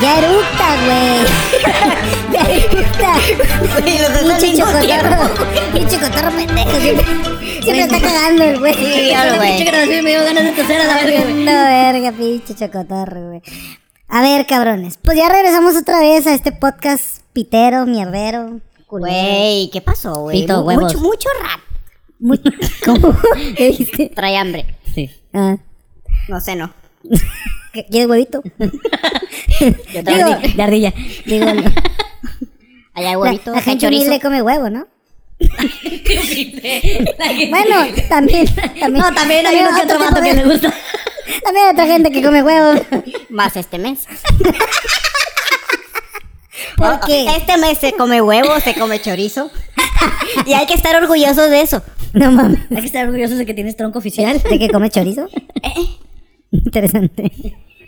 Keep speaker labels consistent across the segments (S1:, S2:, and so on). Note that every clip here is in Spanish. S1: Ya eructa, güey. ya eructa.
S2: Güey, los dos al
S1: Pinche
S2: mismo
S1: chocotorro.
S2: tiempo.
S1: Pinche chocotorro pendejo. Siempre, siempre está cagando el güey.
S2: Sí, diablo, güey.
S3: Pinche grabación me dio ganas de toser a la verga, güey.
S1: No, verga, pinche chocotorro, güey. A ver, cabrones. Pues ya regresamos otra vez a este podcast pitero, mierdero, culero.
S2: Güey, ¿qué pasó, güey?
S3: Pito,
S2: Mu-
S3: huevos.
S2: Mucho, mucho rap.
S1: Muy- ¿Cómo? ¿Qué dijiste?
S2: Trae hambre.
S3: Sí.
S1: Ah.
S2: No sé, no.
S1: ¿qué- ¿Quieres huevito?
S2: Yo
S3: De,
S2: también.
S3: ardi- de ardilla.
S1: Digo, la,
S2: Allá hay
S1: la
S2: huevito, hay
S1: gente
S2: chorizo.
S1: humilde come huevo, ¿no? bueno, también, también.
S3: No, también hay uno que otro
S1: tipo
S3: vato
S1: de-
S3: que le gusta.
S1: También hay otra gente que come huevo.
S2: Más este mes.
S1: ¿Por qué?
S2: Este mes se come huevo, se come chorizo. y hay que estar orgullosos de eso.
S1: No mames.
S3: Hay que estar orgullosos de que tienes tronco oficial.
S1: ¿De que come chorizo?
S2: Eh.
S1: Interesante.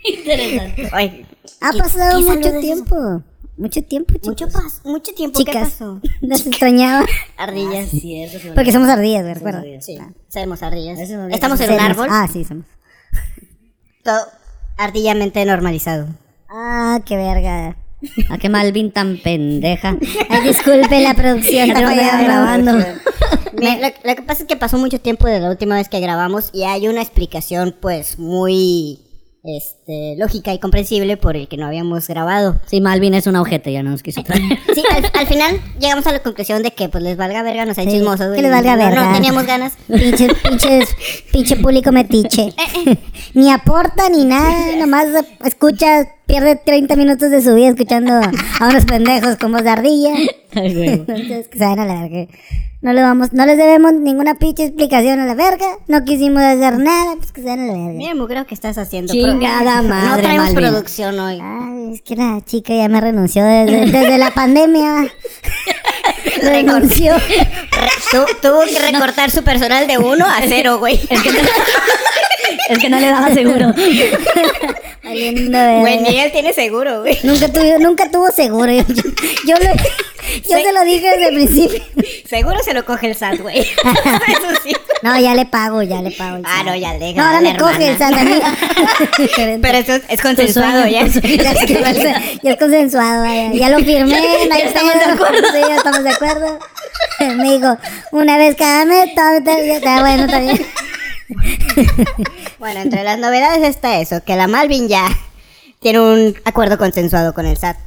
S3: Interesante.
S2: Ay,
S1: Ha
S2: ¿Qué-
S1: pasado
S2: qué
S1: mucho
S2: saludos?
S1: tiempo. Mucho tiempo, chicos.
S2: Mucho, pas- mucho tiempo que
S1: Chicas, Ah,
S2: pasó.
S1: nos extrañaba.
S2: Ardillas.
S3: Es cierto. se me
S1: Porque somos ardillas, güey, recuerda.
S3: ardillas,
S2: Sí, somos ardillas.
S3: Eso no-
S2: Estamos en un
S1: Senos.
S2: árbol.
S1: Ah, sí, somos.
S2: Todo ardillamente normalizado.
S1: Ah, qué verga.
S3: olvidó. A Ah, qué Malvin tan pendeja.
S1: Ay, disculpen la producción,
S3: Ya
S1: estamos
S3: tengo ya
S1: grabando.
S3: grabando.
S2: Mira, lo, lo que pasa es que pasó mucho tiempo desde la última vez que grabamos y hay una explicación pues muy este, lógica y comprensible por el que no habíamos grabado.
S3: Sí, Malvin es una ojete, ya no nos quiso traer.
S2: Sí, al, al final llegamos a la conclusión de que pues les valga verga, no sean
S1: Sí,
S2: chismosos. güey.
S1: que les valga
S2: No-
S1: verga.
S2: No teníamos ganas.
S1: Pinche, pinches, pinche público metiche. ni aporta ni nada, nomás escucha, pierde 30 minutos de su vida escuchando a unos pendejos con voz de ardilla.
S3: Ay, güey.
S1: Entonces, que se vayan a la verga. No, le vamos, no les debemos ninguna pinche explicación a la verga. No quisimos hacer nada, pues que se vayan a la verga.
S2: Mira, creo que estás haciendo.
S3: Chingada
S2: pro-
S3: madre,
S2: No traemos
S3: Malvin.
S2: producción hoy.
S1: Ay, es que la chica ya me renunció desde, desde la pandemia. renunció.
S2: Tu- tuvo que recortar su personal de uno a cero, güey.
S3: Es que no le daba seguro.
S1: Valiendo verga.
S2: Güey, Miguel tiene seguro, güey.
S1: Nunca tuvo, nunca tuvo seguro. Yo, yo lo- yo se lo dije desde el principio.
S2: Seguro se lo coge el SAT, güey. Eso sí.
S1: No, ya le pago, ya le pago. el
S2: Ah,
S1: SAT.
S2: no, ya deja.
S1: No, ahora
S2: la
S1: me coge el
S2: hermana.
S1: SAT a mí.
S2: Pero eso es, es consensuado
S3: sueño,
S2: ya.
S3: tu sueño.
S1: Ya es, que- ya es consensuado, ya, ya lo firmé, no hay
S3: estamos de
S1: pedo.
S3: acuerdo.
S1: Sí, ya estamos de acuerdo. Me dijo, una vez cada mes, todo todo- está bueno también.
S2: Bueno, entre las novedades está eso, que la Malvin ya tiene un acuerdo consensuado con el SAT.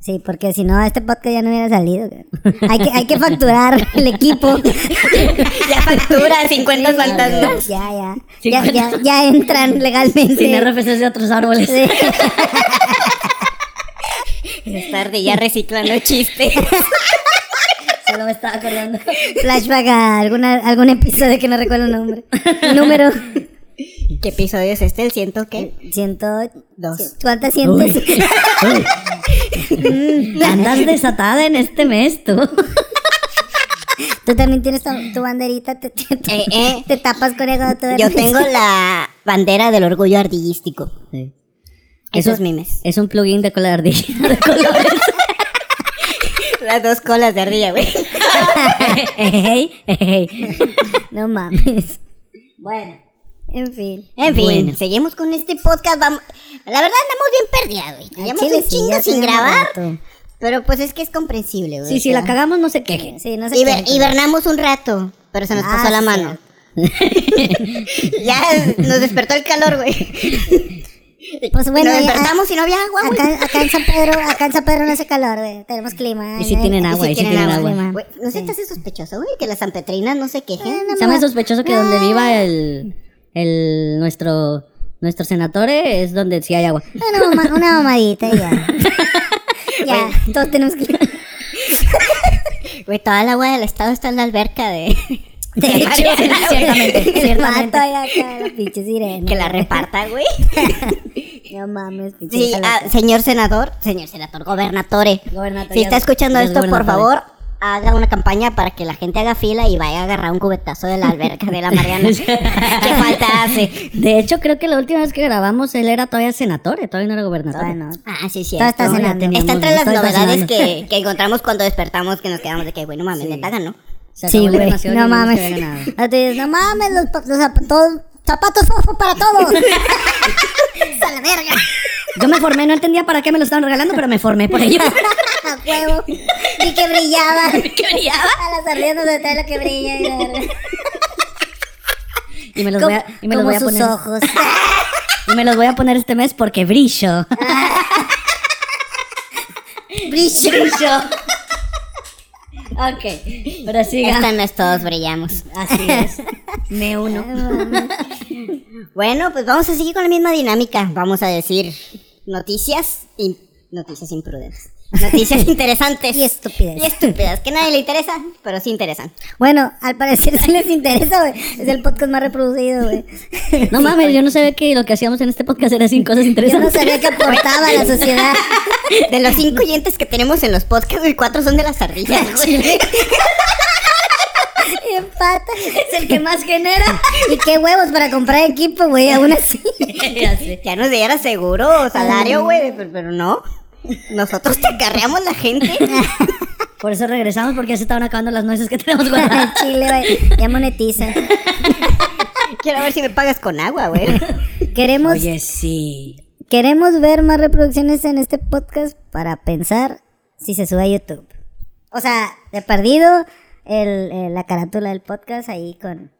S1: Sí, porque si no, este podcast ya no hubiera salido. güey. Hay que, hay que facturar el equipo.
S2: Ya factura 50 fantasmas.
S1: Ya, ya. Ya, ya, ya entran legalmente.
S3: Sin RFCs de otros árboles.
S1: Sí.
S2: Es tarde, ya reciclando chistes.
S3: Solo me estaba acordando.
S1: Flashback a alguna, algún episodio que no recuerdo el nombre. Número
S2: ¿Qué episodio es este? El ciento que
S1: 102.
S2: dos.
S1: ¿Cuántas
S3: Uy.
S1: sientes?
S3: Uy. Andas desatada en este mes, tú.
S1: Tú también tienes tu, tu banderita, te, te- te-
S2: Eh, eh.
S1: te tapas con el gato.
S2: Yo tengo la bandera del orgullo ardillístico.
S3: Sí.
S2: Esos memes.
S3: Es un plugin de cola de ardilla. De colores.
S2: Las dos colas de ardilla, güey.
S3: Ejey, ejey.
S1: No mames.
S3: Bueno.
S1: En fin.
S2: En fin,
S3: Bueno.
S2: seguimos con este podcast. Vamos... La verdad andamos bien perdidos, güey. Llevamos
S1: Al chile
S2: un
S1: sí,
S2: chingo
S1: ya
S2: sin
S1: tenemos
S2: grabar.
S1: rato.
S2: Pero pues es que es comprensible, güey.
S3: Sí, si
S2: O
S3: la
S2: sea,
S3: cagamos, no se quejen.
S1: Sí, no sé
S2: hiber-
S1: qué.
S2: hibernamos un rato, pero se nos
S1: Ah,
S2: pasó la
S1: sí,
S2: mano. ya nos despertó el calor, güey.
S1: Pues bueno,
S2: nos
S1: ya-
S2: despertamos y no había agua, güey.
S1: acá, acá en San Pedro, acá en San Pedro no hace calor, güey. Tenemos clima.
S3: Y sí
S1: ¿no?
S3: tienen
S2: Y
S3: agua,
S2: sí
S3: y sí
S2: tienen
S3: tienen
S2: agua.
S3: agua.
S2: Güey, ¿No se te hace sospechoso, güey? Que las sanpetrinas no se quejen.
S3: Se me hace sospechoso que donde viva el, el nuestro nuestro senatore es donde sí hay agua.
S1: Una, mama- una mamadita y ya. ya, todos tenemos clima.
S2: Güey, toda el agua del estado está en la alberca de...
S1: De hecho,
S3: ciertamente, ciertamente.
S1: Mato allá acá, la pinche sirena.
S2: que la reparta, güey.
S1: No mames, pinche.
S2: Sí,
S1: hija
S2: ah,
S1: loca.
S2: señor senador, señor senador, gobernatore.
S3: Gobernatore,
S2: Si
S3: ya-
S2: está escuchando
S3: ya es
S2: esto, por favor,
S3: gobernatore.
S2: haga una campaña para que la gente haga fila y vaya a agarrar un cubetazo de la alberca de la Mariana. ¿Qué falta hace?
S3: Ah, De hecho, creo que la última vez que grabamos él era todavía senatore, todavía no era gobernador.
S1: Bueno,
S2: Ah, sí, sí.
S1: Todo está cenando.
S2: Está entre las
S3: Todo está
S2: novedades
S3: cenando.
S2: que, que encontramos cuando despertamos, que nos quedamos de que, bueno, mames, neta ganó.
S1: sí, güey. No mames. No, te dices, no mames, los, pa- los zap- todos- zapatos fofo para todos. a la verga.
S3: Yo me formé, no entendía para qué me lo estaban regalando, pero me formé por ello.
S1: A huevo. Y que brillaba. Pues
S3: ¿Qué brillaba?
S1: A las ardillas no se lo que brilla. Y la verdad.
S3: Y me los voy a, y me los
S1: Como
S3: voy a
S1: sus
S3: poner.
S1: ojos.
S3: Y me los voy a poner este mes porque brillo.
S1: Brillo.
S3: brillo. ok, pero siga.
S2: Esta mes todos brillamos.
S3: Así es. Me uno.
S2: Bueno, pues vamos a seguir con la misma dinámica. Vamos a decir noticias y noticias imprudentes. Noticias interesantes.
S1: Y estupidez.
S2: Y estúpidas, que a nadie le interesa, pero sí interesan.
S1: Bueno, al parecer sí les interesa, güey. Es el podcast más reproducido, güey.
S3: No mames, yo no sabía que lo que hacíamos en este podcast era sin cosas
S1: Yo no
S3: interesantes.
S1: sabía que aportaba a la sociedad.
S2: De los cinco oyentes que tenemos en los podcasts, güey, cuatro son de las ardillas, güey.
S1: Empata. Es el que más genera. Y qué huevos para comprar equipo, güey. Aún así.
S3: Ya sé.
S2: Ya nos diera seguro o salario, güey, pero, pero no. Nosotros te acarreamos la gente.
S3: Por eso regresamos porque ya se estaban acabando las nueces que tenemos guardadas.
S1: Al Chile, güey. Ya monetiza.
S2: Quiero ver si me pagas con agua, güey.
S1: Queremos,
S3: Oye, sí.
S1: queremos ver más reproducciones en este podcast para pensar si se sube a YouTube. O sea, de perdido, el- eh, la carátula del podcast ahí con,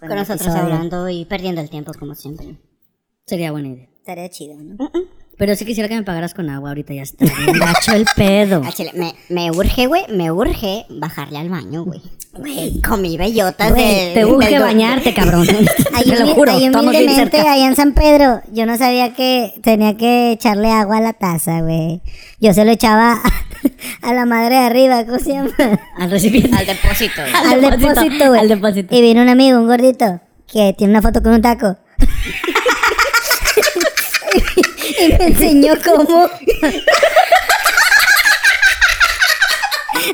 S1: con
S2: Con
S1: el
S2: nosotros
S1: episodio.
S2: hablando y perdiendo el tiempo, como siempre.
S3: Sería buena idea.
S1: Estaría chido, ¿no?
S3: Pero sí quisiera que me pagaras con agua ahorita, ya está. bien Gacho el pedo.
S2: Al chile, me, me urge, güey, me urge bajarle al baño, güey. Güey, comí bellotas
S3: Güey,
S2: de...
S3: te urge
S2: del-
S3: bañarte, cabrón.
S1: Ahí,
S3: Te lo
S1: humi-
S3: juro,
S1: ahí
S3: estamos bien
S1: humildemente,
S3: cerca.
S1: allá en San Pedro, yo no sabía que tenía que echarle agua a la taza, güey. Yo se lo echaba a, la madre de arriba, ¿cómo se llama?
S3: Al recipiente.
S2: Al depósito, güey.
S1: Al, depósito, güey.
S3: Al depósito.
S1: Y vino un amigo, un gordito, que tiene una foto con un taco. y me enseñó cómo.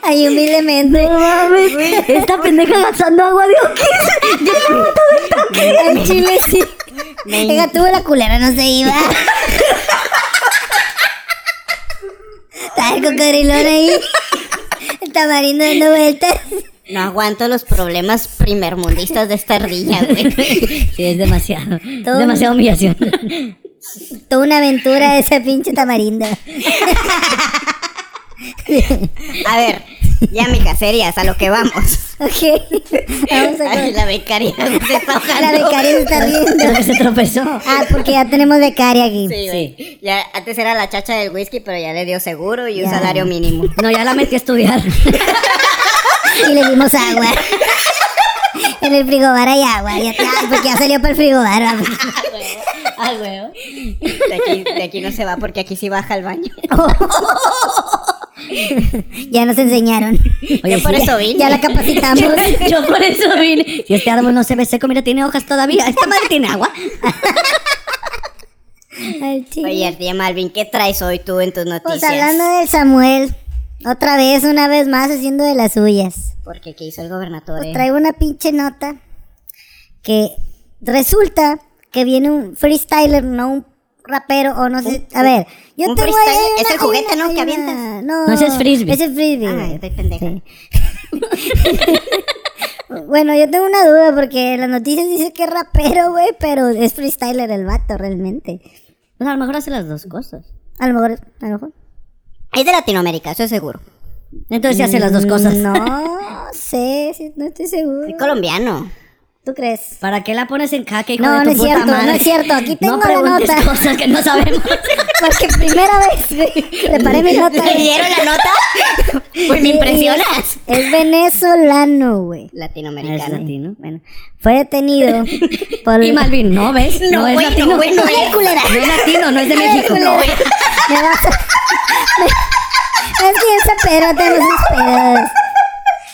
S1: Ahí humildemente.
S3: Esta pendeja lanzando agua, Dios.
S1: En Chile sí. Venga, tuvo la culera, no se iba. Estaba el cocodrilón ahí. El tamarindo dando vueltas.
S2: No aguanto los problemas primermundistas de esta ardilla, güey.
S3: Sí, es demasiado.
S1: Todo-
S3: Demasiada humillación.
S1: Toda una aventura esa pinche tamarindo.
S2: A ver, ya, mijas, serias, a lo que vamos.
S1: Ok. Vamos a
S2: Ay,
S1: con-
S2: la becaria se está
S1: La
S2: ahogando.
S1: becaria se está riendo.
S3: Creo que se tropezó.
S1: Ah, porque ya tenemos becaria aquí.
S2: Sí, güey. Ya, antes era la chacha del whisky, pero ya le dio seguro y un salario mínimo.
S3: No, ya la metí a estudiar.
S1: Y le dimos agua. En el frigobar hay agua. Ya está, porque ya salió para el frigobar. vamos.
S3: Ah, huevo.
S2: De aquí, de aquí no se va porque aquí sí baja al baño.
S1: Ya nos enseñaron.
S3: Oye,
S2: Yo por
S3: sí.
S2: eso vine.
S1: Ya la capacitamos.
S3: Yo, yo por eso vine. Si este árbol no se ve seco, mira, tiene hojas todavía. Esta madre tiene agua.
S1: Al chile.
S2: Oye, el día Malvin, ¿qué traes hoy tú en tus noticias?
S1: Pues hablando de Samuel, otra vez, una vez más, haciendo de las suyas.
S2: Porque ¿qué hizo el gobernador?
S1: Pues
S2: eh?
S1: traigo una pinche nota que resulta que viene un freestyler, no un rapero, o no sé. A ver, yo
S2: un
S1: tengo ahí.
S2: freestyler,
S1: hay
S2: es el
S1: hay
S2: juguete, ¿no?
S1: hay
S2: que
S1: una-
S2: avientas. Ah, este.
S1: No,
S3: No, ese es frisbee.
S1: Ese es frisbee.
S2: Ay,
S1: güey.
S2: estoy pendeja.
S1: Bueno, yo tengo una duda porque las noticias dice que es rapero, güey, pero es freestyler el vato, realmente.
S3: Pues a lo mejor hace las dos cosas.
S1: A lo mejor, a lo mejor.
S2: Es de Latinoamérica, eso es seguro.
S3: Entonces sí hace las dos cosas.
S1: Mm, No sé, sí, no estoy seguro.
S2: Es colombiano.
S1: ¿Tú crees?
S3: ¿Para qué la pones en caca, hijo
S1: No,
S3: de tu
S1: no es
S3: puta
S1: cierto,
S3: madre?
S1: no es cierto. Aquí tengo
S3: no
S1: la
S3: preguntes
S1: nota.
S3: cosas que no sabemos.
S1: Porque Pues primera vez güey, reparé mi nota.
S2: ¿Le dieron la nota? Pues me impresionas.
S1: Es venezolano, güey.
S3: es
S2: Latinoamericano.
S3: latino.
S1: Ah, Bueno, fue detenido por...
S3: Y Malvin, no ves, no, eh.
S2: güey,
S3: es
S2: no,
S3: latino.
S2: güey, no es.
S3: Ay, culera. No es latino, no es de México.
S1: culera. Me vas a... Me- Es que ese pero tenemos los pedos.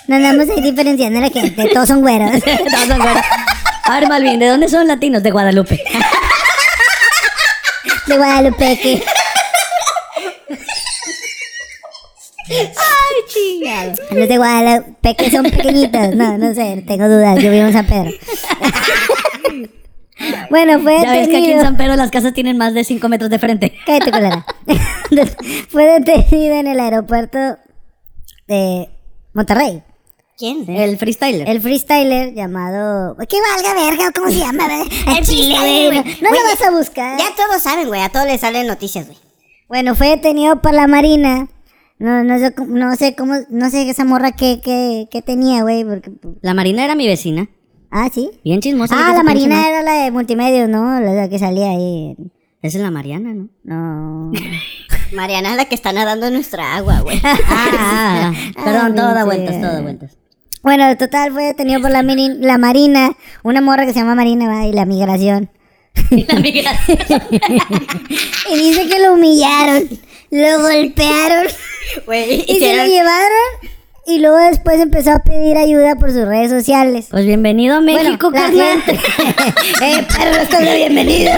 S1: Nos andamos ahí diferenciando a la gente. Todos son güeros.
S3: No, no, güey. A ver, Malvin, ¿de dónde son latinos? De Guadalupe.
S1: De Guadalupe. que-
S2: Chingado.
S1: Los de Guadalupe que son pequeñitos. No, no sé. Tengo dudas. Yo vivo en San Pedro. Bueno, fue
S3: Ya ves que aquí en
S1: detenido.
S3: San Pedro las casas tienen más de 5 metros de frente.
S1: Cállate, colera. Fue detenida en el aeropuerto de Monterrey
S2: ¿Quién?
S3: El freestyler.
S1: El freestyler llamado. Que valga verga, ¿cómo se llama? güey? Al
S2: El
S1: chile,
S2: freestyler,
S1: güey.
S2: güey.
S1: No lo
S2: Güey,
S1: vas a buscar.
S2: Ya todos saben, güey. A todos les salen noticias, güey.
S1: Bueno, fue detenido por la Marina. No, no sé, cómo- no sé cómo, no sé esa morra que, que, que tenía, güey, porque...
S3: La Marina era mi vecina.
S1: Ah, ¿sí?
S3: Bien chismosa.
S1: ah,
S3: dijo
S1: la
S3: su pinche
S1: Marina
S3: madre.
S1: era la de multimedios, ¿no? La, la que salía ahí.
S3: Esa es la Mariana, ¿no?
S1: No.
S2: Mariana es la que está nadando en nuestra agua, güey.
S3: Ah, perdón, todo
S1: pinche.
S3: da vueltas, todo da vueltas.
S1: Bueno, total, fue detenido por
S3: Este,
S1: la, mini- la Marina, una morra que se llama Marina, va, y la migración.
S3: La migración.
S1: Y dice que lo humillaron, lo golpearon y
S2: Güey,
S1: se lo
S2: hicieron-
S1: llevaron. Y luego después empezó a pedir ayuda por sus redes sociales.
S3: Pues bienvenido a México,
S1: la
S3: carnal.
S1: gente- eh, perro, esto es lo bienvenido.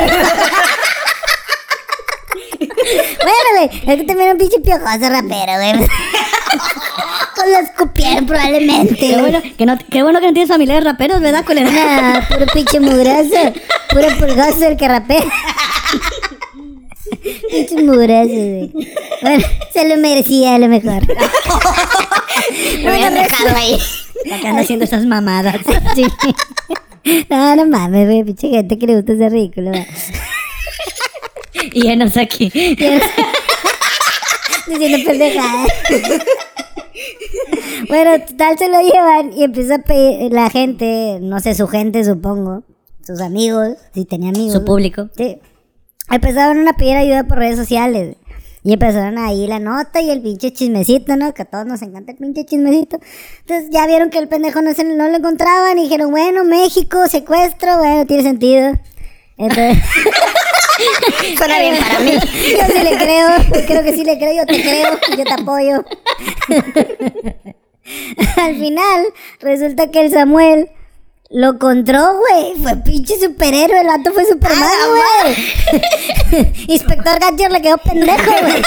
S1: bueno, güey, es que también era un pinche piojoso rapero, güey. Pues lo escupieron probablemente.
S3: Qué bueno, que no, qué bueno que no tienes familiares raperos, ¿verdad, culera?
S1: Ah, puro pinche mugroso. Puro pulgoso el que rapea. Pinche mugroso, güey. Bueno, se lo merecía a lo mejor.
S2: Lo hubieran dejado ahí.
S3: ¿Para qué anda haciendo esas mamadas?
S1: Sí. No, no mames, güey, pinche gente que le gusta ser ridículo. güey.
S3: Y enos aquí.
S1: Diciendo pendejadas. bueno, total se lo llevan y empieza a pedir la gente, no sé, su gente supongo, sus amigos, si tenía amigos.
S3: Su público.
S1: Sí. Empezaron a pedir ayuda por redes sociales. Y empezaron ahí la nota y el pinche chismecito, ¿no? Que a todos nos encanta el pinche chismecito. Entonces ya vieron que el pendejo no, se, no lo encontraban y dijeron, bueno, México, secuestro, bueno, tiene sentido. Entonces...
S2: Suena bien para mí.
S1: Yo sí le creo, creo que sí le creo, yo te creo, yo te apoyo. Al final, resulta que el Samuel lo encontró, güey. Fue pinche superhéroe, el vato fue Superman,
S2: Ah,
S1: güey. Inspector Gadget le quedó pendejo, güey.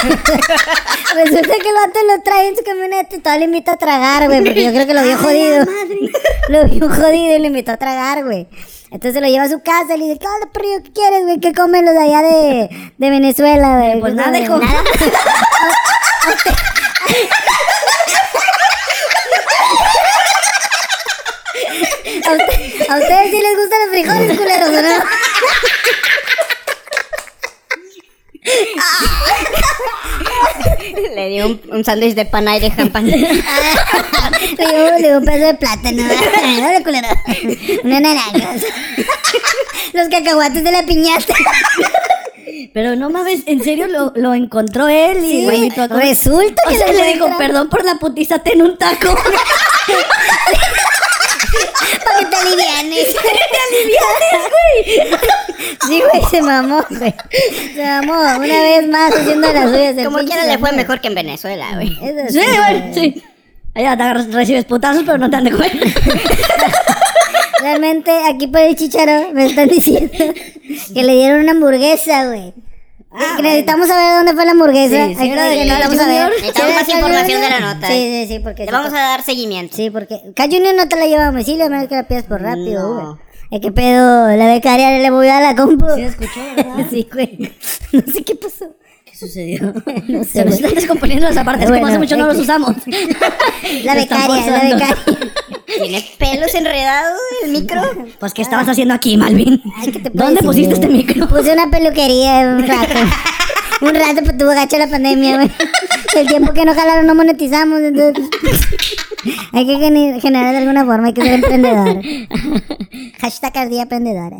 S1: Resulta que el vato lo trae en su camioneta y todo le invita a tragar, güey, porque yo creo que lo vio jodido. Lo vio jodido y le invitó a tragar, güey. Entonces lo lleva a su casa y le dice, ¿qué onda, perrillo? ¿Qué quieres, güey? ¿Qué comen los de allá de, de Venezuela, güey?
S3: Pues nada, hijo.
S1: Nada. ¿A, usted- a ustedes sí les gustan los frijoles, culeros, ¿o no?
S2: Le dio un, un sándwich de pan aire jampan.
S1: Le dio, le dio un pedazo de plátano. Dale, culero. Una naranja. Los cacahuates de la piñata.
S3: Pero no mames, en serio lo, lo encontró él y
S1: Sí,
S3: lo invitó a comer.
S1: resulta
S3: O
S1: que
S3: sea,
S1: lo
S3: le dijo,
S1: encuentran.
S3: perdón por la putiza, ten un taco.
S1: Para que te alivianes. te alivianes, güey. Sí, güey, se mamó, güey. Se mamó. Una vez más haciendo las suyas. el
S2: Como
S1: pinche Mm.
S2: quiera le fue
S1: Samuel.
S2: mejor que en Venezuela, güey.
S1: Eso
S3: Sí, bueno, sí. Allá te agarras- recibes putazos, pero no te han de comer.
S1: Realmente, aquí por el chicharo me están diciendo que le dieron una hamburguesa, güey.
S2: Ah,
S1: Que necesitamos saber dónde fue la hamburguesa.
S3: Sí, sí,
S1: Hay
S3: era
S1: que-
S3: del
S1: necesitamos
S3: Junior.
S1: saber.
S2: Necesitamos
S1: Sí,
S2: más
S1: era del
S2: información de la
S1: Junior.
S2: nota.
S1: Sí, sí, sí, porque...
S2: Le
S1: sí
S2: vamos a dar seguimiento.
S1: Sí, porque K Junior no te la lleva a domicilio, a menos que la pidas por rápido,
S2: No.
S1: güey. Es que pedo, la becaria le movió a la compu.
S3: Sí, escuchó, ¿verdad?
S1: Sí, güey. No sé qué pasó.
S3: ¿Qué sucedió?
S1: No sé,
S3: Se nos
S1: güey.
S3: están descomponiendo las apartes, como
S1: Bueno,
S3: hace mucho no
S1: es
S3: los
S1: que-
S3: usamos.
S1: La
S3: Se están
S1: becaria, la
S3: forzando.
S1: becaria.
S2: Tiene pelos enredados el micro.
S3: Pues, ¿qué estabas haciendo aquí, Malvin?
S1: Ah. Ay, ¿qué te puedo
S3: ¿Dónde
S1: decir,
S3: pusiste este
S1: güey?
S3: micro?
S1: Puse una peluquería un rato. un rato pues, tuvo gacho la pandemia, güey. El tiempo que no jalaron no monetizamos, entonces... hay que gene- generar de alguna forma, hay que ser emprendedor. Hashtag ardilla emprendedora.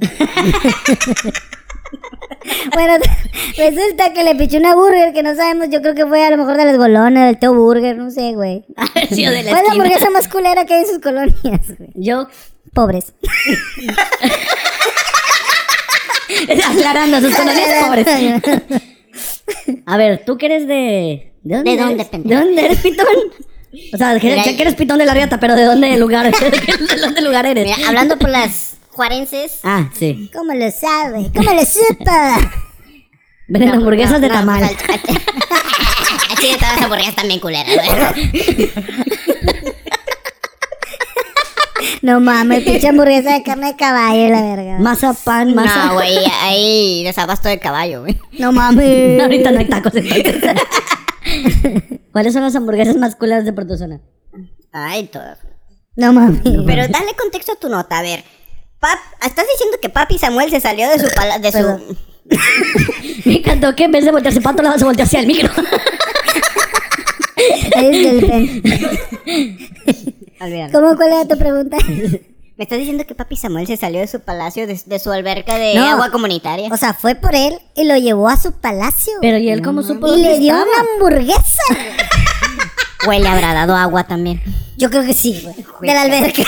S1: bueno, resulta que le pichó una burger que no sabemos, yo creo que fue a lo mejor de las golonas, del Teo Burger, no sé, güey.
S3: Sí, o
S1: ¿Cuál
S3: de la
S1: es la
S3: esquina.
S1: hamburguesa más culera que hay en sus colonias, güey?
S3: Yo
S1: Pobres.
S3: aclarando sus colonias pobres. A ver, ¿tú que eres de. ¿De dónde?
S2: ¿De dónde,
S3: eres?
S2: pendejo?
S3: ¿De dónde eres pitón? O sea, que,
S2: Mira,
S3: ya que eres pitón de la riata, pero ¿de dónde lugar? ¿De dónde lugar eres?
S2: Mira, hablando por las juarenses.
S3: Ah, sí.
S1: ¿Cómo lo sabe? ¿Cómo lo supo?
S3: Venden hamburguesas de tamal.
S2: Así de todas las hamburguesas también culeras, güey.
S1: No mames, pinche hamburguesa de carne de caballo, la verga.
S3: masa pan, masa.
S2: No, güey, ahí desabasto de caballo, güey.
S1: No mames.
S3: Ahorita no hay tacos entonces. ¿Cuáles son las hamburguesas más culeras de por tu zona?
S2: Ay, todo.
S1: No mami.
S2: Pero dale contexto a tu nota, a ver. Pap, estás diciendo que papi Samuel se salió de su pala- de su
S1: Perdón.
S3: Me encantó que en vez de voltearse pato, la se volteó hacia el micro.
S1: Ahí es el pen.
S2: Olvídalo.
S1: ¿Cómo cuál era tu pregunta?
S2: Me estás diciendo que papi Samuel se salió de su palacio, de, de su alberca de
S1: No.
S2: agua comunitaria.
S1: O sea, fue por él y lo llevó a su palacio.
S3: Pero ¿y él cómo supo
S1: y
S3: dónde
S1: le dio
S3: estaba?
S1: una hamburguesa. güey.
S2: O él le habrá dado agua también.
S1: Yo creo que sí, güey. De la alberca.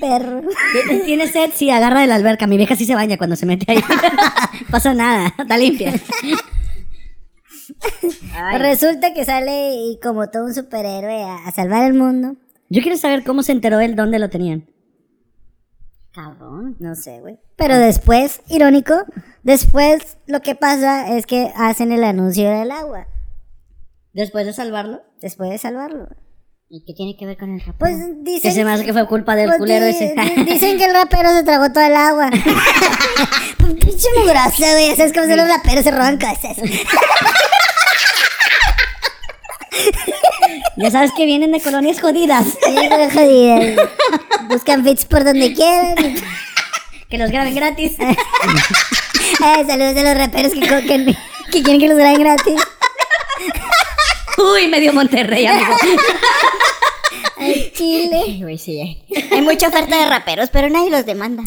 S1: Perro.
S3: Tiene- Tiene sed, sí, agarra de la alberca. Mi vieja sí se baña cuando se mete ahí. Pasa nada, está limpia.
S1: Resulta que sale y como todo un superhéroe a, a salvar el mundo.
S3: Yo quiero saber cómo se enteró él dónde lo tenían.
S2: Cabrón.
S1: No sé, güey. Pero
S3: Ah.
S1: después, irónico, después lo que pasa es que hacen el anuncio del agua.
S3: Después de salvarlo,
S1: Después de salvarlo.
S2: ¿Y qué tiene que ver con el rapero?
S1: Pues
S3: Ah. que
S1: dicen...
S3: se me hace que fue culpa del
S1: pues,
S3: culero
S1: di-
S3: ese.
S1: di- Dicen que el rapero se tragó todo el agua. Pues, Pinche mugroso, güey. ¿Sabes cómo son los raperos? Se roban cosas.
S3: ya sabes que vienen de colonias jodidas.
S1: Oye, qué jodida, güey. Buscan fits por donde quieran.
S3: Que los graben gratis.
S1: Ay, saludos a los raperos que, co- que, que quieren que los graben gratis.
S3: Uy, medio Monterrey, amigo.
S1: Ay, Chile.
S2: Ay, güey, sí, eh. Hay mucha oferta de raperos, pero nadie los demanda.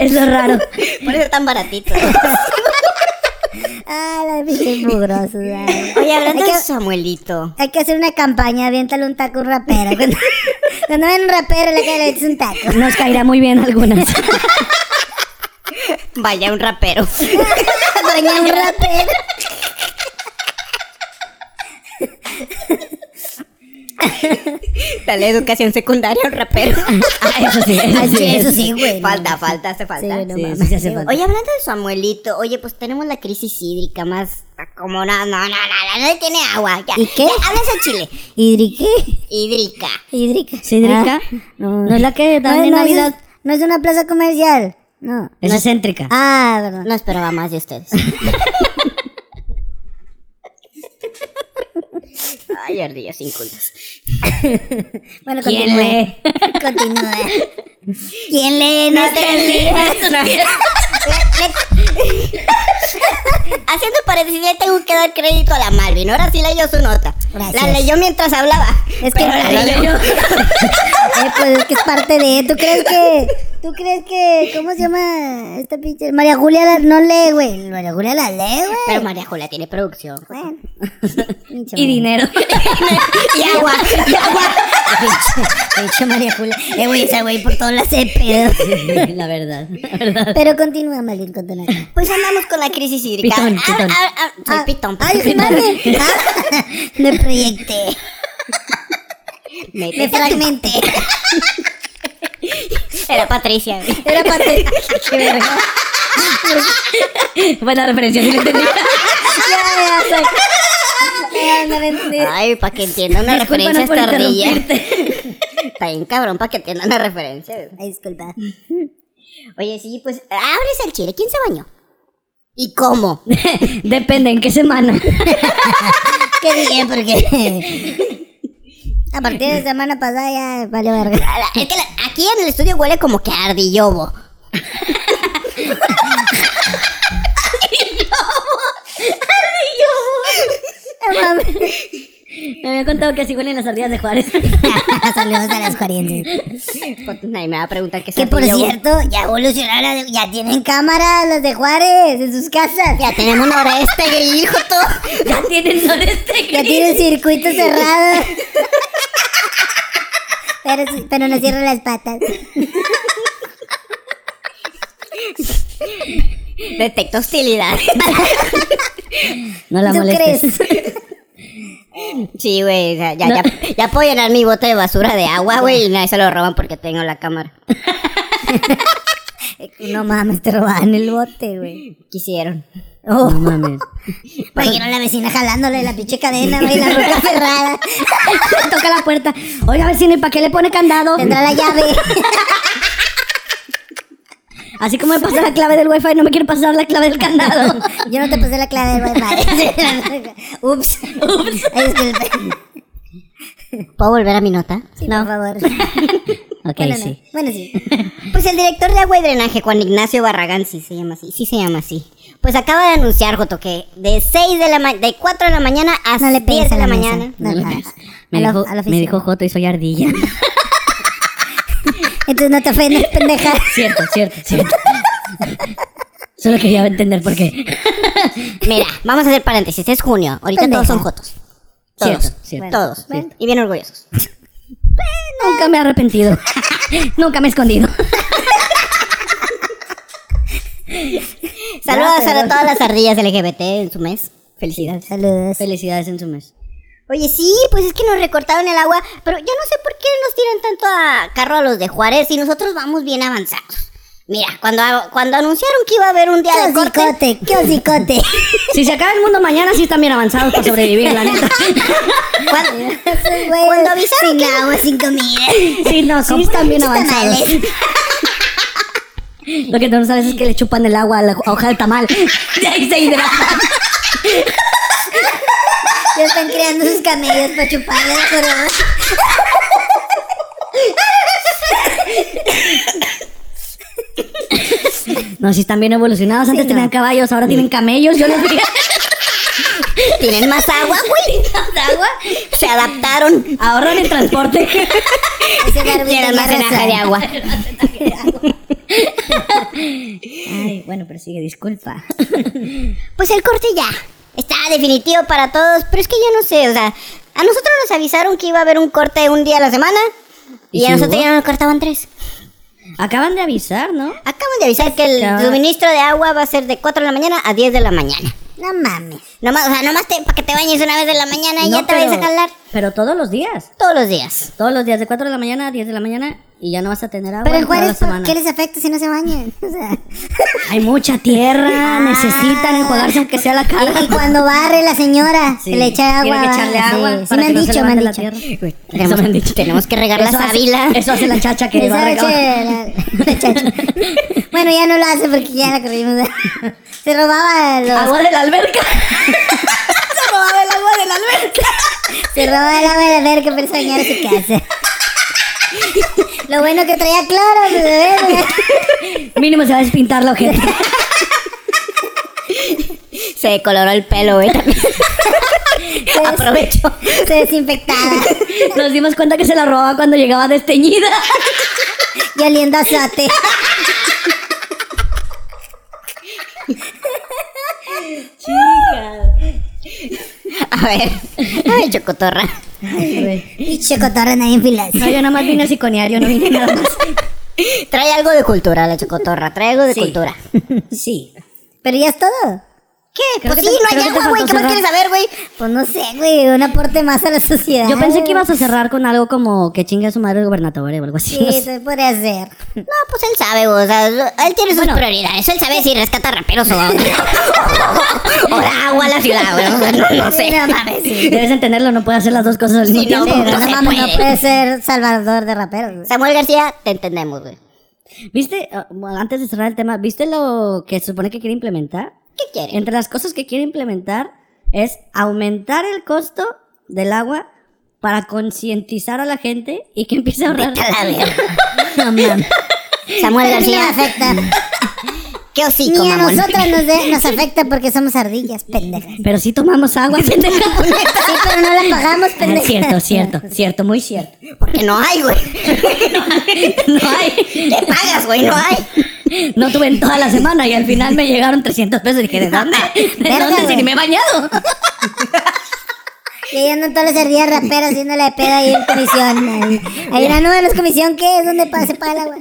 S3: Es lo raro.
S2: Por eso tan baratito.
S1: Ah, la pinche mugroso. ay.
S2: Oye, hablando
S1: Hay
S2: de
S1: que-
S2: Samuelito.
S1: Hay que hacer una campaña, aviéntale un taco a un rapero. Cuando, cuando ven un rapero, le cae le echas un taco.
S3: Nos caerá muy bien algunas.
S2: Vaya un rapero.
S1: Baña un rapero.
S2: Dale educación secundaria a un rapero.
S3: Ah, eso sí, eso
S1: Ah, sí,
S3: sí.
S1: eso sí, güey.
S2: Falta, falta, hace falta.
S1: Sí, no
S3: Sí,
S1: mames.
S3: sí hace falta.
S2: Oye, hablando de Samuelito, oye, pues tenemos la crisis hídrica más como no, no, no, no, no, no tiene agua. Ya.
S1: ¿Y qué?
S2: Ya, hablas a Chile.
S1: ¿Hídrica?
S2: Hídrica.
S1: ¿Hídrica?
S3: ¿Sí, Drica?
S1: Ah,
S3: no. es la que
S1: No,
S3: dan en
S1: no, es-
S3: Navidad.
S1: no es una plaza comercial. No.
S3: Es excéntrica.
S1: Ah, perdón.
S2: No esperaba más de ustedes. Ay, ardillas sin culpas.
S1: Bueno,
S3: ¿Quién
S1: continúa.
S3: lee?
S1: Continúa. ¿Quién lee? No te
S2: Haciendo paréntesis, le tengo que dar crédito a la Malvin. Ahora sí leyó su nota.
S1: Gracias.
S2: La leyó mientras hablaba.
S1: Es que
S2: pero la leyó.
S1: Eh, pues es que es parte de. ¿Tú crees que.? ¿Tú crees que.? ¿Cómo se llama esta pinche.? María Julia la- no lee, güey. María Julia la lee, güey.
S2: Pero María Julia tiene producción.
S1: Bueno. Pinche
S3: Y dinero.
S2: Y agua, y agua.
S1: Pinche- pinche María Julia. Eh, güey, esa güey por todas las pedo.
S3: la verdad, la verdad.
S1: Pero continúa, Malin, con tu nota.
S2: Pues andamos con la crisis hídrica.
S3: Pitón,
S2: Ah,
S3: pitón.
S2: ah, ah, soy
S1: Ah,
S2: pitón.
S1: Ay,
S2: pitón.
S1: mami. Ah, me proyecté.
S2: Me-
S1: Me fragmenté.
S2: Era Patricia.
S1: Era parte. Qué verga.
S3: Buena referencia, sí lo entendí.
S1: Ya, ya, ya. Ya, no entendí.
S2: Ay, para que entienda una
S3: Discúlpanos
S2: referencia
S3: por
S2: esta ardilla. Está bien cabrón para que entienda una referencia.
S1: Ay, disculpa.
S2: Oye, sí, pues abres el chile. ¿Quién se bañó? ¿Y cómo?
S3: Depende en qué semana.
S1: Qué bien, porque. A partir de la semana pasada ya valió verga.
S2: A la- Es que la- aquí en el estudio huele como que a ardillobo.
S1: No mames.
S3: Me había contado que así huelen las ardillas de Juárez.
S1: Saludos a las juarenses.
S2: Pues, Nadie me va a preguntar qué es
S1: Que por
S2: ardillobo.
S1: cierto, ya evolucionaron, ya tienen cámaras las de Juárez en sus casas.
S2: Ya tenemos noreste, grill, hijo todo.
S3: ya tienen este noreste.
S1: Ya tienen circuito cerrado. Pero, sí- pero no cierran las patas.
S2: Detecto hostilidad.
S3: No la
S1: ¿Tú
S3: molestes.
S1: crees?
S2: Sí, güey, o sea, ya,
S3: No.
S2: ya, ya puedo llenar mi bote de basura de agua, güey, y nadie se lo roban porque tengo la cámara.
S1: No mames, te robaban el bote, güey.
S2: Quisieron.
S1: Oh,
S3: No mames.
S1: Imagino a la vecina jalándole la pinche cadena, güey, la roca cerrada.
S3: Toca la puerta. Oiga, vecino, ¿y para qué le pone candado?
S1: Tendrá la llave.
S3: Así como me pasé la clave del wifi, no me quiere pasar la clave del candado.
S1: Yo no te pasé la clave del wifi. Ups. Ups.
S2: ¿Puedo volver a mi nota?
S1: Sí, por favor.
S3: Ok,
S1: bueno, no.
S3: sí.
S1: Bueno, sí.
S2: Pues el director de agua y drenaje, Juan Ignacio Barragán, sí se llama así, sí se llama así. Pues acaba de anunciar, Joto, que de 6 de la ma- de 4 de la mañana a
S1: No le
S2: 10
S1: pegues
S2: de
S1: a
S2: la,
S1: la, mesa.
S2: mañana.
S1: No,
S3: No
S1: no.
S3: le pegues. Me,
S1: A lo-
S3: dijo,
S1: a lo
S3: me dijo
S1: oficial.
S3: Joto y soy ardilla.
S1: Entonces no te ofendes, pendeja.
S3: cierto, cierto, cierto. Solo quería entender por qué.
S2: Mira, vamos a hacer paréntesis, es junio, ahorita
S1: Pendeja.
S2: todos son Jotos. Todos,
S3: Cierto, cierto.
S2: todos.
S1: Bueno.
S2: Y bien orgullosos.
S3: Nunca me he arrepentido. Nunca me he escondido.
S2: Saludos a
S1: perdón.
S2: todas las ardillas LGBT en su mes. Felicidades.
S1: Saludos.
S3: Felicidades en su mes.
S2: Oye, sí, pues es que nos recortaron el agua, pero yo no sé por qué nos tiran tanto a carro a los de Juárez y nosotros vamos bien avanzados. Mira, cuando, cuando anunciaron que iba a haber un día
S1: ¡Qué
S2: de corte,
S1: hocicote! ¡Qué hocicote!
S3: Si se acaba el mundo mañana, sí están bien avanzados para sobrevivir, la neta.
S2: cuando,
S1: Cuando avisaron Sin agua, sin comida.
S3: Sí, no, sí están bien avanzados. Lo que tú no sabes es que le chupan el agua a la hoja del tamal. Y ahí se hidrata.
S1: Ya están creando sus camellos para chupar el joroba.
S3: No, sí están bien evolucionados. Antes
S1: Sí, no.
S3: tenían caballos, ahora tienen camellos. Yo les dije,
S2: tienen más agua, güey. agua? Se adaptaron.
S3: ahorran el transporte.
S1: Ese Darwin
S2: Tienen
S1: tenía
S2: más
S1: razón.
S2: enaje de agua.
S3: Ay, bueno, pero sigue, disculpa.
S2: Pues el corte ya. Está definitivo para todos, pero es que yo no sé, o sea, a nosotros nos avisaron que iba a haber un corte un día a la semana y,
S3: ¿Y
S2: a
S3: si
S2: nosotros
S3: hubo?
S2: ya nos cortaban tres.
S3: Acaban de avisar, ¿no?
S2: Acaban de avisar que el
S3: Acaba-
S2: suministro de agua va a ser de 4 de la mañana a 10 de la mañana.
S1: No mames.
S2: Nomás, o sea, nomás te, para que te bañes una vez de la mañana y
S3: No,
S2: ya te vayas a
S3: pero-
S2: calar
S3: Pero todos los días.
S2: todos los días.
S3: Todos los días, de 4 de la mañana a 10 de la mañana. Y ya no vas a tener agua
S1: Pero
S3: en
S1: en
S3: toda la
S1: Juárez, ¿por
S3: semana.
S1: qué les afecta si no se bañan? O sea, ah.
S3: Hay mucha tierra, necesitan enjuagarse aunque sea la cara.
S1: y cuando barre la señora,
S3: Sí,
S1: se le echa agua.
S3: Tiene que echarle
S1: Sí,
S3: agua.
S1: Sí,
S3: para
S1: me
S3: que
S1: han
S3: no
S1: dicho,
S3: se
S1: me han
S3: levante la
S1: dicho.
S3: tierra. Güey,
S2: Tenemos,
S3: eso me han dicho.
S2: tenemos que regar la
S3: Eso hace-
S2: sábila.
S3: Eso hace la chacha que
S1: Esa
S3: va a regar.
S1: noche, la- la chacha. Bueno, ya no lo hace porque ya la corrimos. Se robaba los
S3: Agua de la alberca.
S1: Se roba el agua de la verga para soñar su casa. Lo bueno que traía cloro, pues, de verga.
S3: Mínimo se va a despintar la ojeta.
S2: Se decoloró el pelo, güey. también. Aprovecho.
S1: Se desinfectaba
S3: Nos dimos cuenta que se la robaba cuando llegaba desteñida.
S1: y oliendo a azote.
S2: A ver, a ver, chocotorra.
S1: Y chocotorra nadie en filas.
S3: No, yo nada más vine a psiconear, yo no vine nada más.
S2: Trae algo de cultura la chocotorra, trae algo de cultura.
S3: Sí.
S1: Pero ya es todo.
S2: ¿Qué?
S3: Creo
S2: pues
S3: que
S2: sí,
S3: te-
S2: no
S3: creo
S2: hay
S3: que te
S2: agua, güey.
S3: faltó
S2: ¿Qué más
S3: cerrar.
S2: quieres saber, güey?
S1: Pues no sé, güey, un aporte más a la sociedad.
S3: Yo pensé que ibas a cerrar con algo como que chingue a su madre el gobernador o algo así.
S1: Sí, eso podría ser.
S2: No, pues él sabe, güey. O sea, él tiene sus prioridades. Él sabe si rescata raperos o, o da agua a la ciudad, güey. O sea, no, no sé.
S1: No mames. sí.
S3: Debes entenderlo, no puedes hacer las dos cosas al mismo
S2: Sí, no,
S3: tiempo.
S1: Pero
S2: no
S1: no
S2: se
S1: mames, no
S2: puede.
S1: puede ser salvador de raperos. güey.
S2: Samuel García, te entendemos, güey.
S3: ¿Viste? ah, bueno, Antes de cerrar el tema, ¿viste lo que se supone que quiere implementar?
S2: ¿Qué quiere?
S3: Entre las cosas que quiere implementar es aumentar el costo del agua para concientizar a la gente y que empiece a ahorrar.
S2: Vete a la verga.
S3: No mames.
S2: Samuel
S1: A mí no me
S2: García,
S1: afecta.
S2: qué hocico,
S1: Ni a
S2: mamón.
S1: nosotras nos, de- nos afecta porque somos ardillas, pendejas.
S3: Pero si tomamos agua, pendeja.
S1: Sí, pero no la pagamos,
S3: Ah,
S1: pendejas.
S3: cierto, cierto, cierto, muy cierto.
S2: Porque no hay, güey.
S3: No hay.
S2: Le pagas, güey, no hay.
S3: No tuve en toda la semana y al final me llegaron 300 pesos y dije, ¿de dónde? ¿De
S1: Verga,
S3: dónde? Si
S1: güey.
S3: ni me he bañado.
S1: Y ahí andan todos los días raperos haciéndole de pedo ahí en comisión. Ahí, ahí una nueva es comisión que es donde pa- se paga el agua.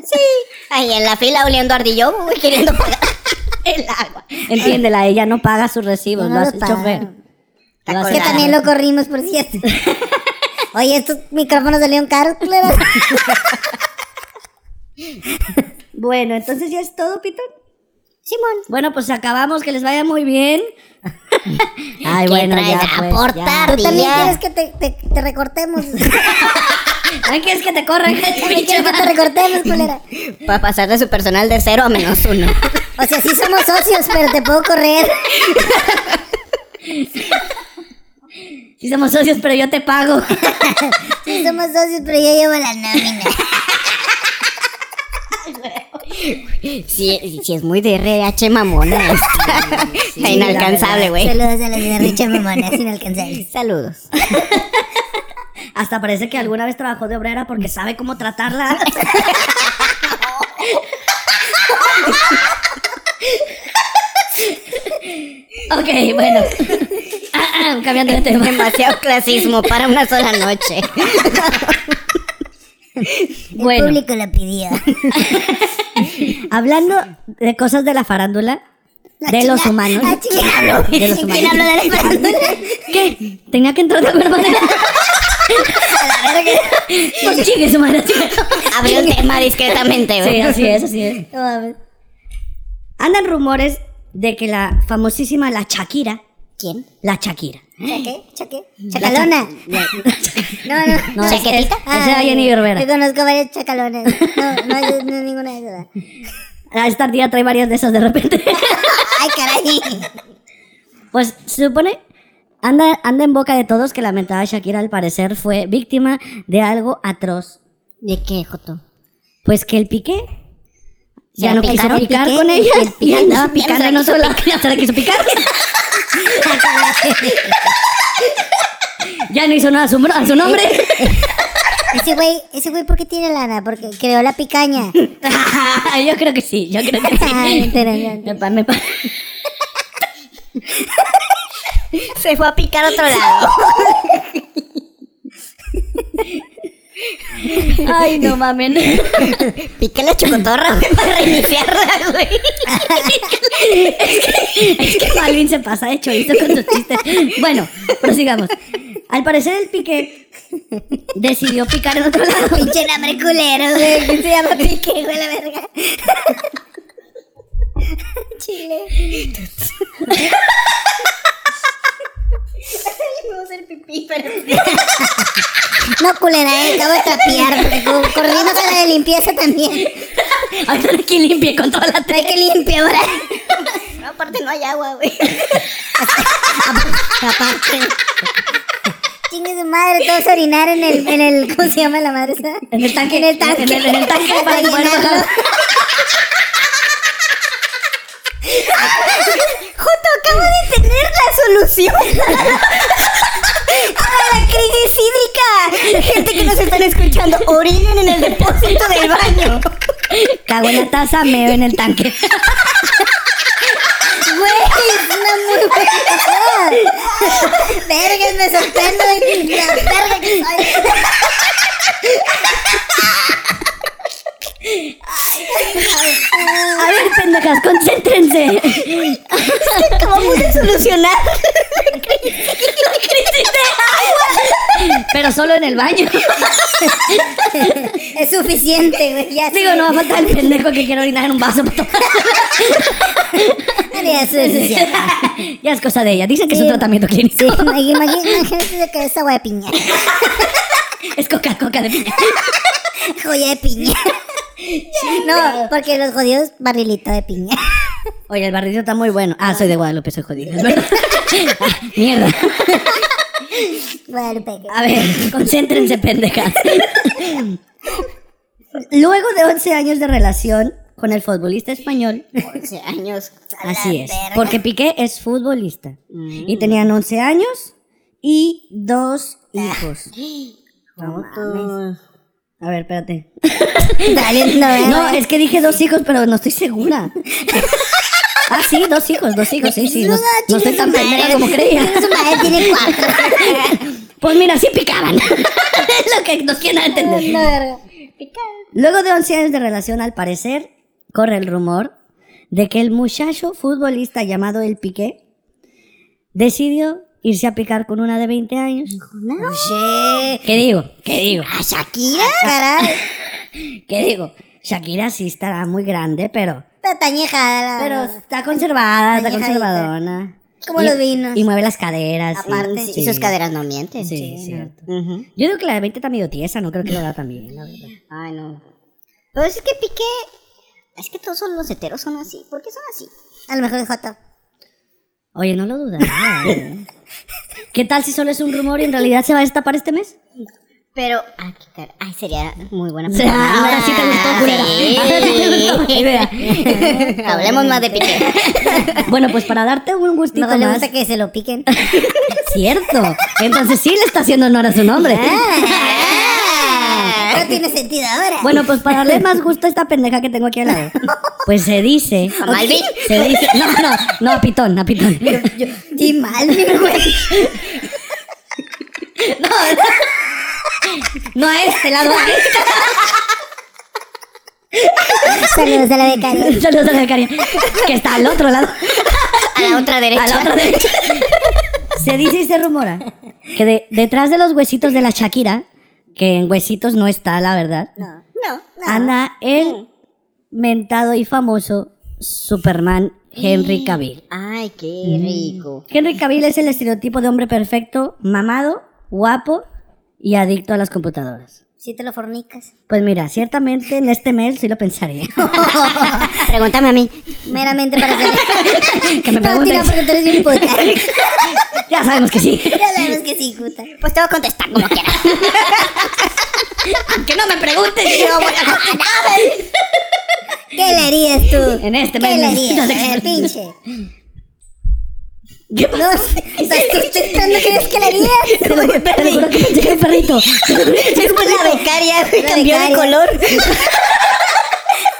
S2: Ahí en la fila oliendo ardillo, güey, queriendo pagar el agua.
S3: Entiéndela, ella no paga sus recibos,
S1: No
S3: lo
S1: lo
S3: hace el
S1: paga.
S3: chofer.
S2: Está
S1: Es que
S3: Lo hace el
S2: colgada.
S1: también lo corrimos, por cierto. Oye, estos micrófonos salieron caros, claro.
S3: Bueno, entonces ya es todo, Pitón.
S2: Simón.
S3: Bueno, pues acabamos, que les vaya muy bien. Ay,
S2: ¿Qué
S3: bueno,
S2: traes
S3: ya
S2: a
S3: pues, ya.
S2: aportar,
S1: También
S2: día?
S1: quieres que te, te- te recortemos.
S3: Ay, ¿Quieres que te corran?
S1: También quiero que te recortemos, culera.
S2: Para pasar de su personal de cero a menos uno.
S1: O sea, sí somos socios, pero te puedo correr.
S3: Sí somos socios, pero yo te pago.
S1: Sí somos socios, pero yo llevo la nómina.
S2: Sí, sí es muy de RH mamona esta. Está inalcanzable, güey.
S1: Saludos a los de Richard Mamona, sin alcanzar.
S2: Saludos.
S3: Hasta parece que alguna vez trabajó de obrera porque sabe cómo tratarla. ok, bueno. Ah, ah, Cambiando de tema.
S2: Demasiado clasismo para una sola noche.
S1: El
S3: Bueno,
S1: público la pidió.
S3: hablando de cosas de la farándula, de los humanos.
S1: Ah, chingado.
S3: De los
S1: ¿Quién habló
S3: humanos.
S1: de la farándula?
S3: ¿Qué? Tenía que entrar de alguna manera. Pues chingue su madre.
S2: Abrió el tema discretamente,
S3: Sí,
S2: güey.
S3: así es, así es.
S1: No mames.
S3: Andan rumores de que la famosísima la Shakira,
S2: ¿Quién?
S3: la Shakira.
S1: Chaqué, chaqué. Chacalona. No, no.
S3: No, es-
S2: ¿Chaquetita?
S3: es- esa era Jenny
S1: Yo
S3: Rivera.
S1: conozco varias chacalonas. No, no, yo- no ninguna de esas.
S3: A Ah, esta tía trae varias de esas de repente.
S1: Ay, caray.
S3: Pues se supone, anda, anda en boca de todos que la mentada Shakira al parecer fue víctima de algo atroz.
S2: ¿De qué, Joto?
S3: Pues que el piqué
S2: ¿Se
S3: ya
S2: la
S3: no quiso
S2: picaron?
S3: picar
S2: ¿Piqué?
S3: con ella
S2: ¿El Piqué?
S3: y
S2: Ya
S3: andaba
S2: no se
S3: picando
S2: la
S3: en
S2: quiso
S3: otro lado. Ya se la quiso picar. ya no hizo nada a su, a su nombre.
S1: Ese güey, ese güey, ¿por qué tiene lana? Porque creó la picaña.
S3: yo creo que sí, yo creo que
S1: Ay,
S3: sí.
S1: interesante.
S3: Me pa- me pa-
S2: Se fue a picar a otro lado.
S3: Ay, no mamen.
S2: Piqué la chocotorra, güey, para reiniciarla, güey.
S3: Es que Malvin se pasa de chorizo con sus chistes. Bueno, prosigamos. Al parecer el piqué decidió picar en otro lado.
S1: Pinche nombre culero, güey. que Se llama Piqué, güey, la verga. Chile. No, culera, eh. Acabo de trapear. porque co- Corrimos a la de limpieza también.
S3: Ahorita aquí limpie con toda la
S1: Hay
S3: tele.
S1: que limpiar ahora.
S2: No, aparte no hay agua, güey.
S1: Aparte. Chingue su madre, todos a orinar en el, en el. ¿Cómo se llama la madre esa?
S3: En el tanque. En el
S1: tanque.
S3: En el, tanque para poder
S1: Llenarlo.
S3: bajar.
S1: Justo acabo de tener la solución para la crisis hídrica. Gente que nos están escuchando, orinen en el depósito del baño.
S3: Cago en la taza, meo en el tanque.
S1: Güey, es una muy buena idea. Vergas, me sorprendo de la verga que soy.
S3: A ver, pendejas, concéntrense.
S1: ¿Cómo pude solucionar?
S3: Pero solo en el baño.
S1: Es suficiente, güey. Ya
S3: Digo, no va a faltar el pendejo que quiere orinar en un vaso. para tomar.
S1: Ya es suficiente.
S3: Ya es cosa de ella. Dicen que es un
S1: Sí.
S3: tratamiento clínico.
S1: Sí, imagi- imagi- imagínate que es agua de piña.
S3: Es coca, coca de piña.
S1: Joya de piña. No, porque los jodidos barrilito de piña.
S3: Oye, el barrilito está muy bueno. Ah, soy de Guadalupe, soy jodido. es verdad. Ah, Mierda.
S1: Guadalupe.
S3: A ver, concéntrense, pendejas. Luego de 11 años de relación con el futbolista español,
S2: 11 años.
S3: así es,
S1: verga.
S3: porque Piqué es futbolista y tenían 11 años y dos hijos. Ah. No mames. A ver, espérate.
S1: Dale, no, eh,
S3: No,
S1: güey.
S3: es que dije dos hijos, pero no estoy segura. Ah, sí, dos hijos, dos hijos, sí, sí. No, no estoy tan pendeja como creía.
S1: Su madre tiene cuatro.
S3: Pues mira, sí picaban. es lo que nos quieren entender.
S1: No, verga.
S3: Luego de 11 años de relación, al parecer, corre el rumor de que el muchacho futbolista llamado El Piqué decidió irse a picar con una de 20 años.
S1: Oye.
S3: ¿Qué digo? ¿Qué digo?
S1: ¿A Shakira? ah, Caray.
S3: ¿Qué digo? Shakira sí estará muy grande, pero,
S1: Está tañejada la
S3: pero está conservada, está
S1: Añejadita.
S3: conservadona.
S1: Como
S3: y-
S1: los vinos.
S3: Y mueve las caderas. y-
S2: Aparte,
S3: sí.
S2: y sus caderas no mienten.
S3: Sí,
S2: Sí.
S3: cierto.
S2: Ujú.
S3: Yo digo que la de 20 está medio tiesa, no creo que lo haga tan bien, la verdad.
S2: Ay, no. Pero es que Piqué. Es que todos son- los heteros son así. ¿Por qué son así?
S1: A lo mejor es Joto.
S3: Oye, no lo dudaría. ¿eh? ¿Qué tal si solo es un rumor y en realidad se va a destapar este mes?
S2: Pero. Ay, qué cara- Ay, sería muy buena
S3: sea, ahora sí te gustó, culera. Ahora sí te gustó,
S2: Sí. Hablemos más de Piqué.
S3: Bueno, pues para darte un gustito
S1: Mejor le
S3: más.
S1: gusta que se lo piquen.
S3: Cierto. Entonces sí le está haciendo honor a su nombre.
S1: no tiene sentido ahora.
S3: Bueno, pues para darle más gusto a esta pendeja que tengo aquí al lado. Pues se dice.
S2: ¿A Malvin?
S3: Se dice. No, no, no, a Pitón, a Pitón.
S1: Sí, mal, mi güey.
S3: No a este lado.
S1: Saludos a la becaria.
S3: Saludos a la becaria, Que está al otro lado.
S2: A la otra derecha.
S3: A la otra derecha. Se dice y se rumora que de- detrás de los huesitos de la Shakira, que en huesitos no está, la verdad,
S2: No, no.
S1: Ah,
S3: anda el mentado y famoso Superman Henry Cavill.
S2: Ay, qué
S3: Mm.
S2: rico.
S3: Henry Cavill es el estereotipo de hombre perfecto, mamado, guapo y adicto a las computadoras.
S1: Si te lo fornicas.
S3: Pues mira, ciertamente en este mes sí lo pensaría.
S2: Ah, Pregúntame a mí.
S1: Meramente para hacer.
S3: que me
S1: No, tira
S3: pregunten.
S1: porque tú eres bien puta.
S3: Ya sabemos que sí.
S1: Ya sabemos que sí, puta.
S2: Pues te voy a contestar como quieras.
S3: que no me pregunten.
S1: ¿Qué le harías tú?
S3: En este
S1: ¿Qué
S3: mes
S1: le Eh,
S3: no-
S1: harías?
S3: no sé
S1: A ver,
S3: qué-
S1: pinche. No, sé, estás tú pensando que eres que le harías.
S3: Te lo juro te lo juro que pensé que era un perrito. Te lo juro que pensé que era un
S1: La
S3: perrito.
S1: becaria, güey,
S2: cambió de
S1: color.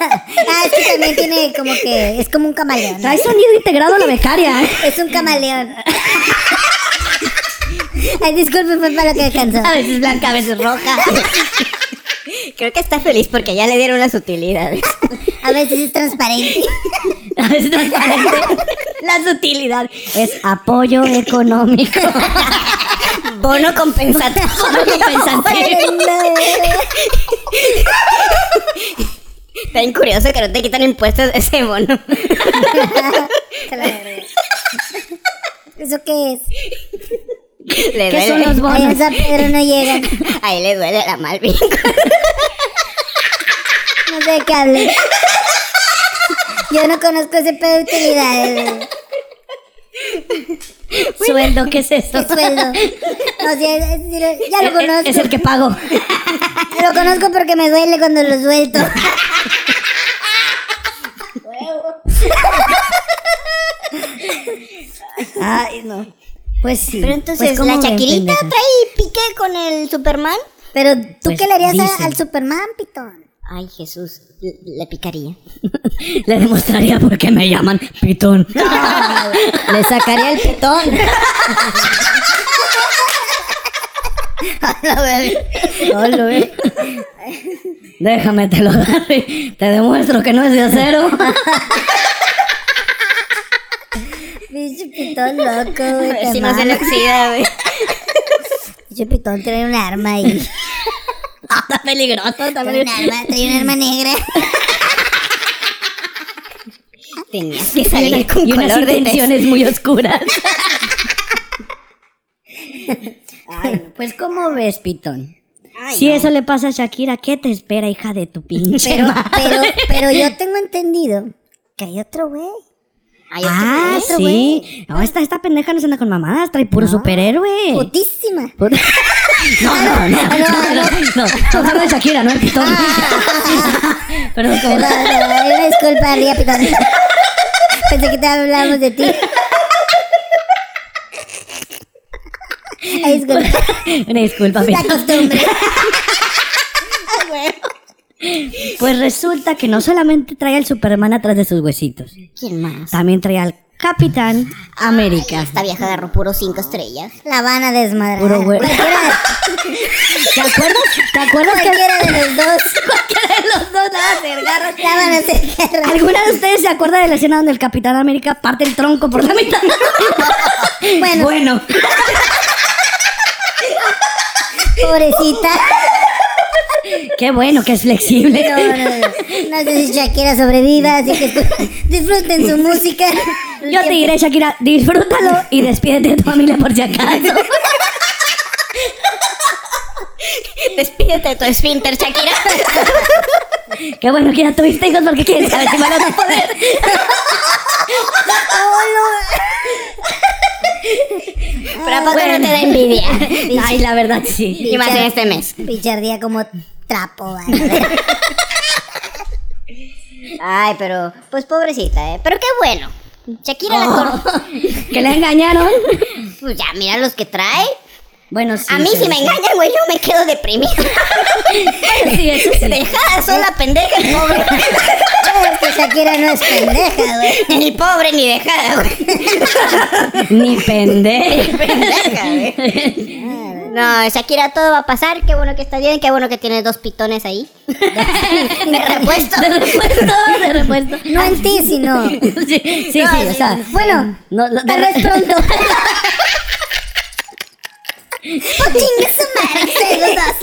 S1: ah, es que también tiene como que. Es como un camaleón. ¿no?
S3: Trae sonido integrado a la becaria. ¿eh?
S1: Es un camaleón. Ay, disculpe, fue para lo que alcanzó.
S2: A veces blanca, a veces roja. Creo que está feliz porque ya le dieron las utilidades.
S1: A veces es transparente.
S3: Es transparente.
S2: Las utilidades.
S3: Es apoyo económico.
S2: Bono compensatorio.
S3: Solo compensante.
S2: Está bien curioso que no te quitan impuestos de ese bono.
S1: Claro. ¿Eso qué es?
S2: Le
S3: ¿Qué son
S2: duele.
S3: los
S1: Ay,
S3: bonos?
S1: a San Pedro no llegan.
S2: Ahí le duele la Malvin.
S1: No sé de qué hable. Yo no conozco ese pedo de utilidades. güey.
S3: Sueldo, ¿qué es eso?
S1: ¿Qué sueldo? No, sí, es- es-
S2: Eh,
S1: ya lo
S3: Es-
S1: conozco.
S3: Es el que pago.
S1: Lo conozco porque me duele cuando lo suelto.
S3: Ay, no. Pues sí.
S2: Pero entonces,
S3: Pues, ¿cómo
S2: ¿la
S3: ven,
S2: Shakirita
S3: pendejas?
S2: trae pique con el Superman?
S1: Pero tú
S3: Pues
S1: qué le harías a-
S3: dicen.
S1: al Superman, Pitón.
S2: Ay, Jesús, le, le picaría.
S3: Le demostraría por qué me llaman pitón.
S1: Ah, Le sacaría el pitón.
S3: Hola, güey. Déjame, te lo doy. Te demuestro que no es de acero.
S1: Pinche pitón loco, güey. te
S2: si no se
S1: mamas.
S2: le oxida, güey.
S1: Pinche pitón trae un arma ahí.
S3: Está peligroso. Está
S1: Trae un arma, trae un arma negra.
S2: Tenías que
S3: Y,
S2: salir
S3: una-
S2: con
S3: y unas
S2: color de tez.
S3: intenciones muy oscuras. Ay, no. pues, ¿cómo ves, Pitón?
S2: Ay,
S3: si
S2: no.
S3: eso le pasa a Shakira, ¿qué te espera, hija de tu pinche
S1: Pero,
S3: madre?
S1: pero, pero yo tengo entendido que hay otro güey.
S2: Ay, otro
S3: Ah,
S2: color.
S3: sí. No, esta, esta pendeja no se anda con mamadas, trae puro superhéroe.
S1: Putísima.
S3: Put- No, no, no, no, no, no, no. Estamos hablando de Shakira, no el Pitón. Perdón, como-
S1: Perdón, perdón, hay una disculpa, Ría Pitón. Pensé que te hablábamos de ti. Ay, disculpa.
S3: Una disculpa,
S1: La
S3: Pitón.
S1: costumbre.
S3: Pues resulta que no solamente trae al Superman atrás de sus huesitos,
S2: ¿Quién más?
S3: también trae al Capitán América.
S2: Esta vieja agarró puro cinco estrellas.
S1: La van a desmadrar.
S3: Puro güey.
S1: Cualquiera,
S3: ¿Te acuerdas? ¿Te acuerdas que
S1: cualquiera de los dos.
S3: los dos
S1: La van a hacer guerra.
S3: ¿Alguna de ustedes se acuerda de la escena donde el Capitán América parte el tronco por la mitad?
S1: Bueno.
S3: Bueno,
S1: Pobrecita.
S3: Qué bueno que es flexible.
S1: No, no, no.
S3: eh,
S1: No sé si Shakira sobreviva, así que escu- disfruten su música.
S3: Yo te diré, Shakira, disfrútalo y despídete de tu familia por si acaso.
S2: Despídete de tu esfínter, Shakira.
S3: Qué bueno que ya tuviste hijos porque quién sabe si van a poder.
S2: Pero ¿a poco
S3: Bueno.
S2: no te da envidia?
S3: Ay, la verdad sí.
S2: Y más en este mes.
S1: Pichardía como trapo, ¿vale?
S2: Ay, pero, pues pobrecita, ¿eh? Pero qué bueno. Shakira la cor...
S3: Que le engañaron.
S2: Pues ya, mira los que trae.
S3: Bueno, sí.
S2: A mí si me engañan, güey, yo me quedo deprimida.
S3: engañan. Sí, eso sí.
S2: Dejada sola, pendeja y pobre.
S1: Es que Shakira no es pendeja, güey.
S2: Ni pobre ni dejada, güey.
S3: Ni pendejo.
S2: Pendeja, güey. No, Shakira, todo va a pasar. Qué bueno que estás bien, qué bueno que tienes dos pitones ahí. De repuesto.
S3: De repuesto, de repuesto.
S1: No en ti, sino.
S3: Sí, sí, sí, o sea.
S1: Bueno,
S3: No, lo- de
S1: tal
S3: re-
S1: vez pronto. Oh, chingue su madre, sí, los dos.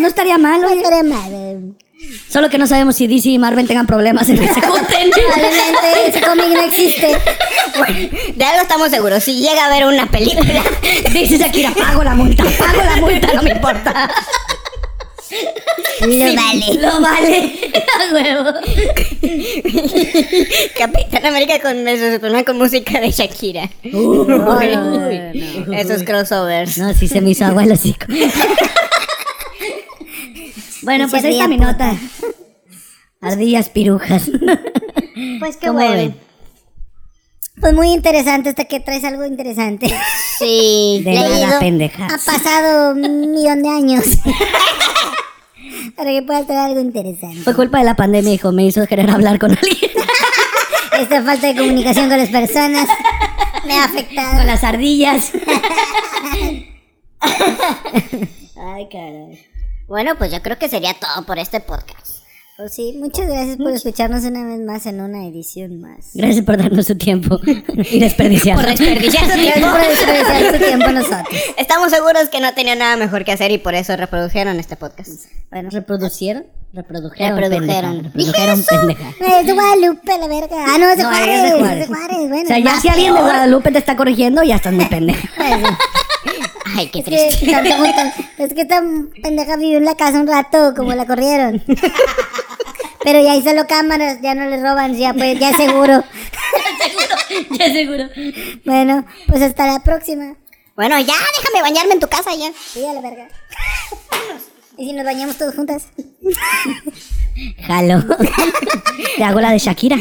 S3: no estaría mal,
S1: No
S3: oye.
S1: estaría mal, eh.
S3: Solo que no sabemos si DC y Marvel tengan problemas en que se junten.
S1: Probablemente ese cómic no existe.
S2: De algo estamos seguros. Si llega a ver una película,
S3: Dice Shakira, pago la multa, pago la multa, no me importa.
S2: lo vale.
S3: Lo vale. A huevo.
S2: Capitán América con, con, con música de Shakira. Esos crossovers.
S3: No, sí se me hizo agua el hocico. bueno, pues ahí está mi nota. Ardillas pirujas.
S1: Pues
S3: ¿Cómo ven?
S1: Pues muy interesante, hasta que traes algo interesante.
S2: Sí.
S3: De
S2: leído.
S3: nada,
S1: Ha
S3: pendejas.
S1: pasado un millón de años. Para que pueda traer algo interesante.
S3: Fue culpa de la pandemia, hijo. Me hizo querer hablar con alguien.
S1: Esta falta de comunicación con las personas me ha afectado.
S3: con las ardillas.
S1: Ay, caray.
S2: Bueno, pues yo creo que sería todo por este podcast.
S1: Pues sí, muchas gracias por escucharnos una vez más en una edición más.
S3: Gracias por darnos su tiempo y desperdiciarlo.
S2: Por desperdiciar su
S1: Gracias por
S2: tiempo.
S1: desperdiciar su tiempo a nosotros.
S2: Estamos seguros que no tenía nada mejor que hacer y por eso reprodujeron este podcast.
S3: Bueno, reproducieron, reprodujeron,
S2: Reprodujeron.
S3: pendeja, reprodujeron, pendeja.
S1: Es de Guadalupe, la verga. Ah, no, es de
S3: No,
S1: Juárez.
S3: es de Juárez.
S1: Es de Juárez, bueno.
S3: o sea, ya
S1: más
S3: si alguien de
S1: peor.
S3: Guadalupe te está corrigiendo, ya estás muy pendeja.
S2: Ay, qué
S1: Es
S2: triste.
S1: que, tanta puta- es que esta pendeja vivió en la casa un rato, como la corrieron. Pero ya hizo lo cámaras, ya no le roban, ya pues, ya es seguro.
S3: ya seguro.
S1: Bueno, pues hasta la próxima.
S2: Bueno, ya déjame bañarme en tu casa ya.
S1: Sí, a la verga. ¿Y si nos bañamos todos juntas?
S3: Jalo. te hago la de Shakira.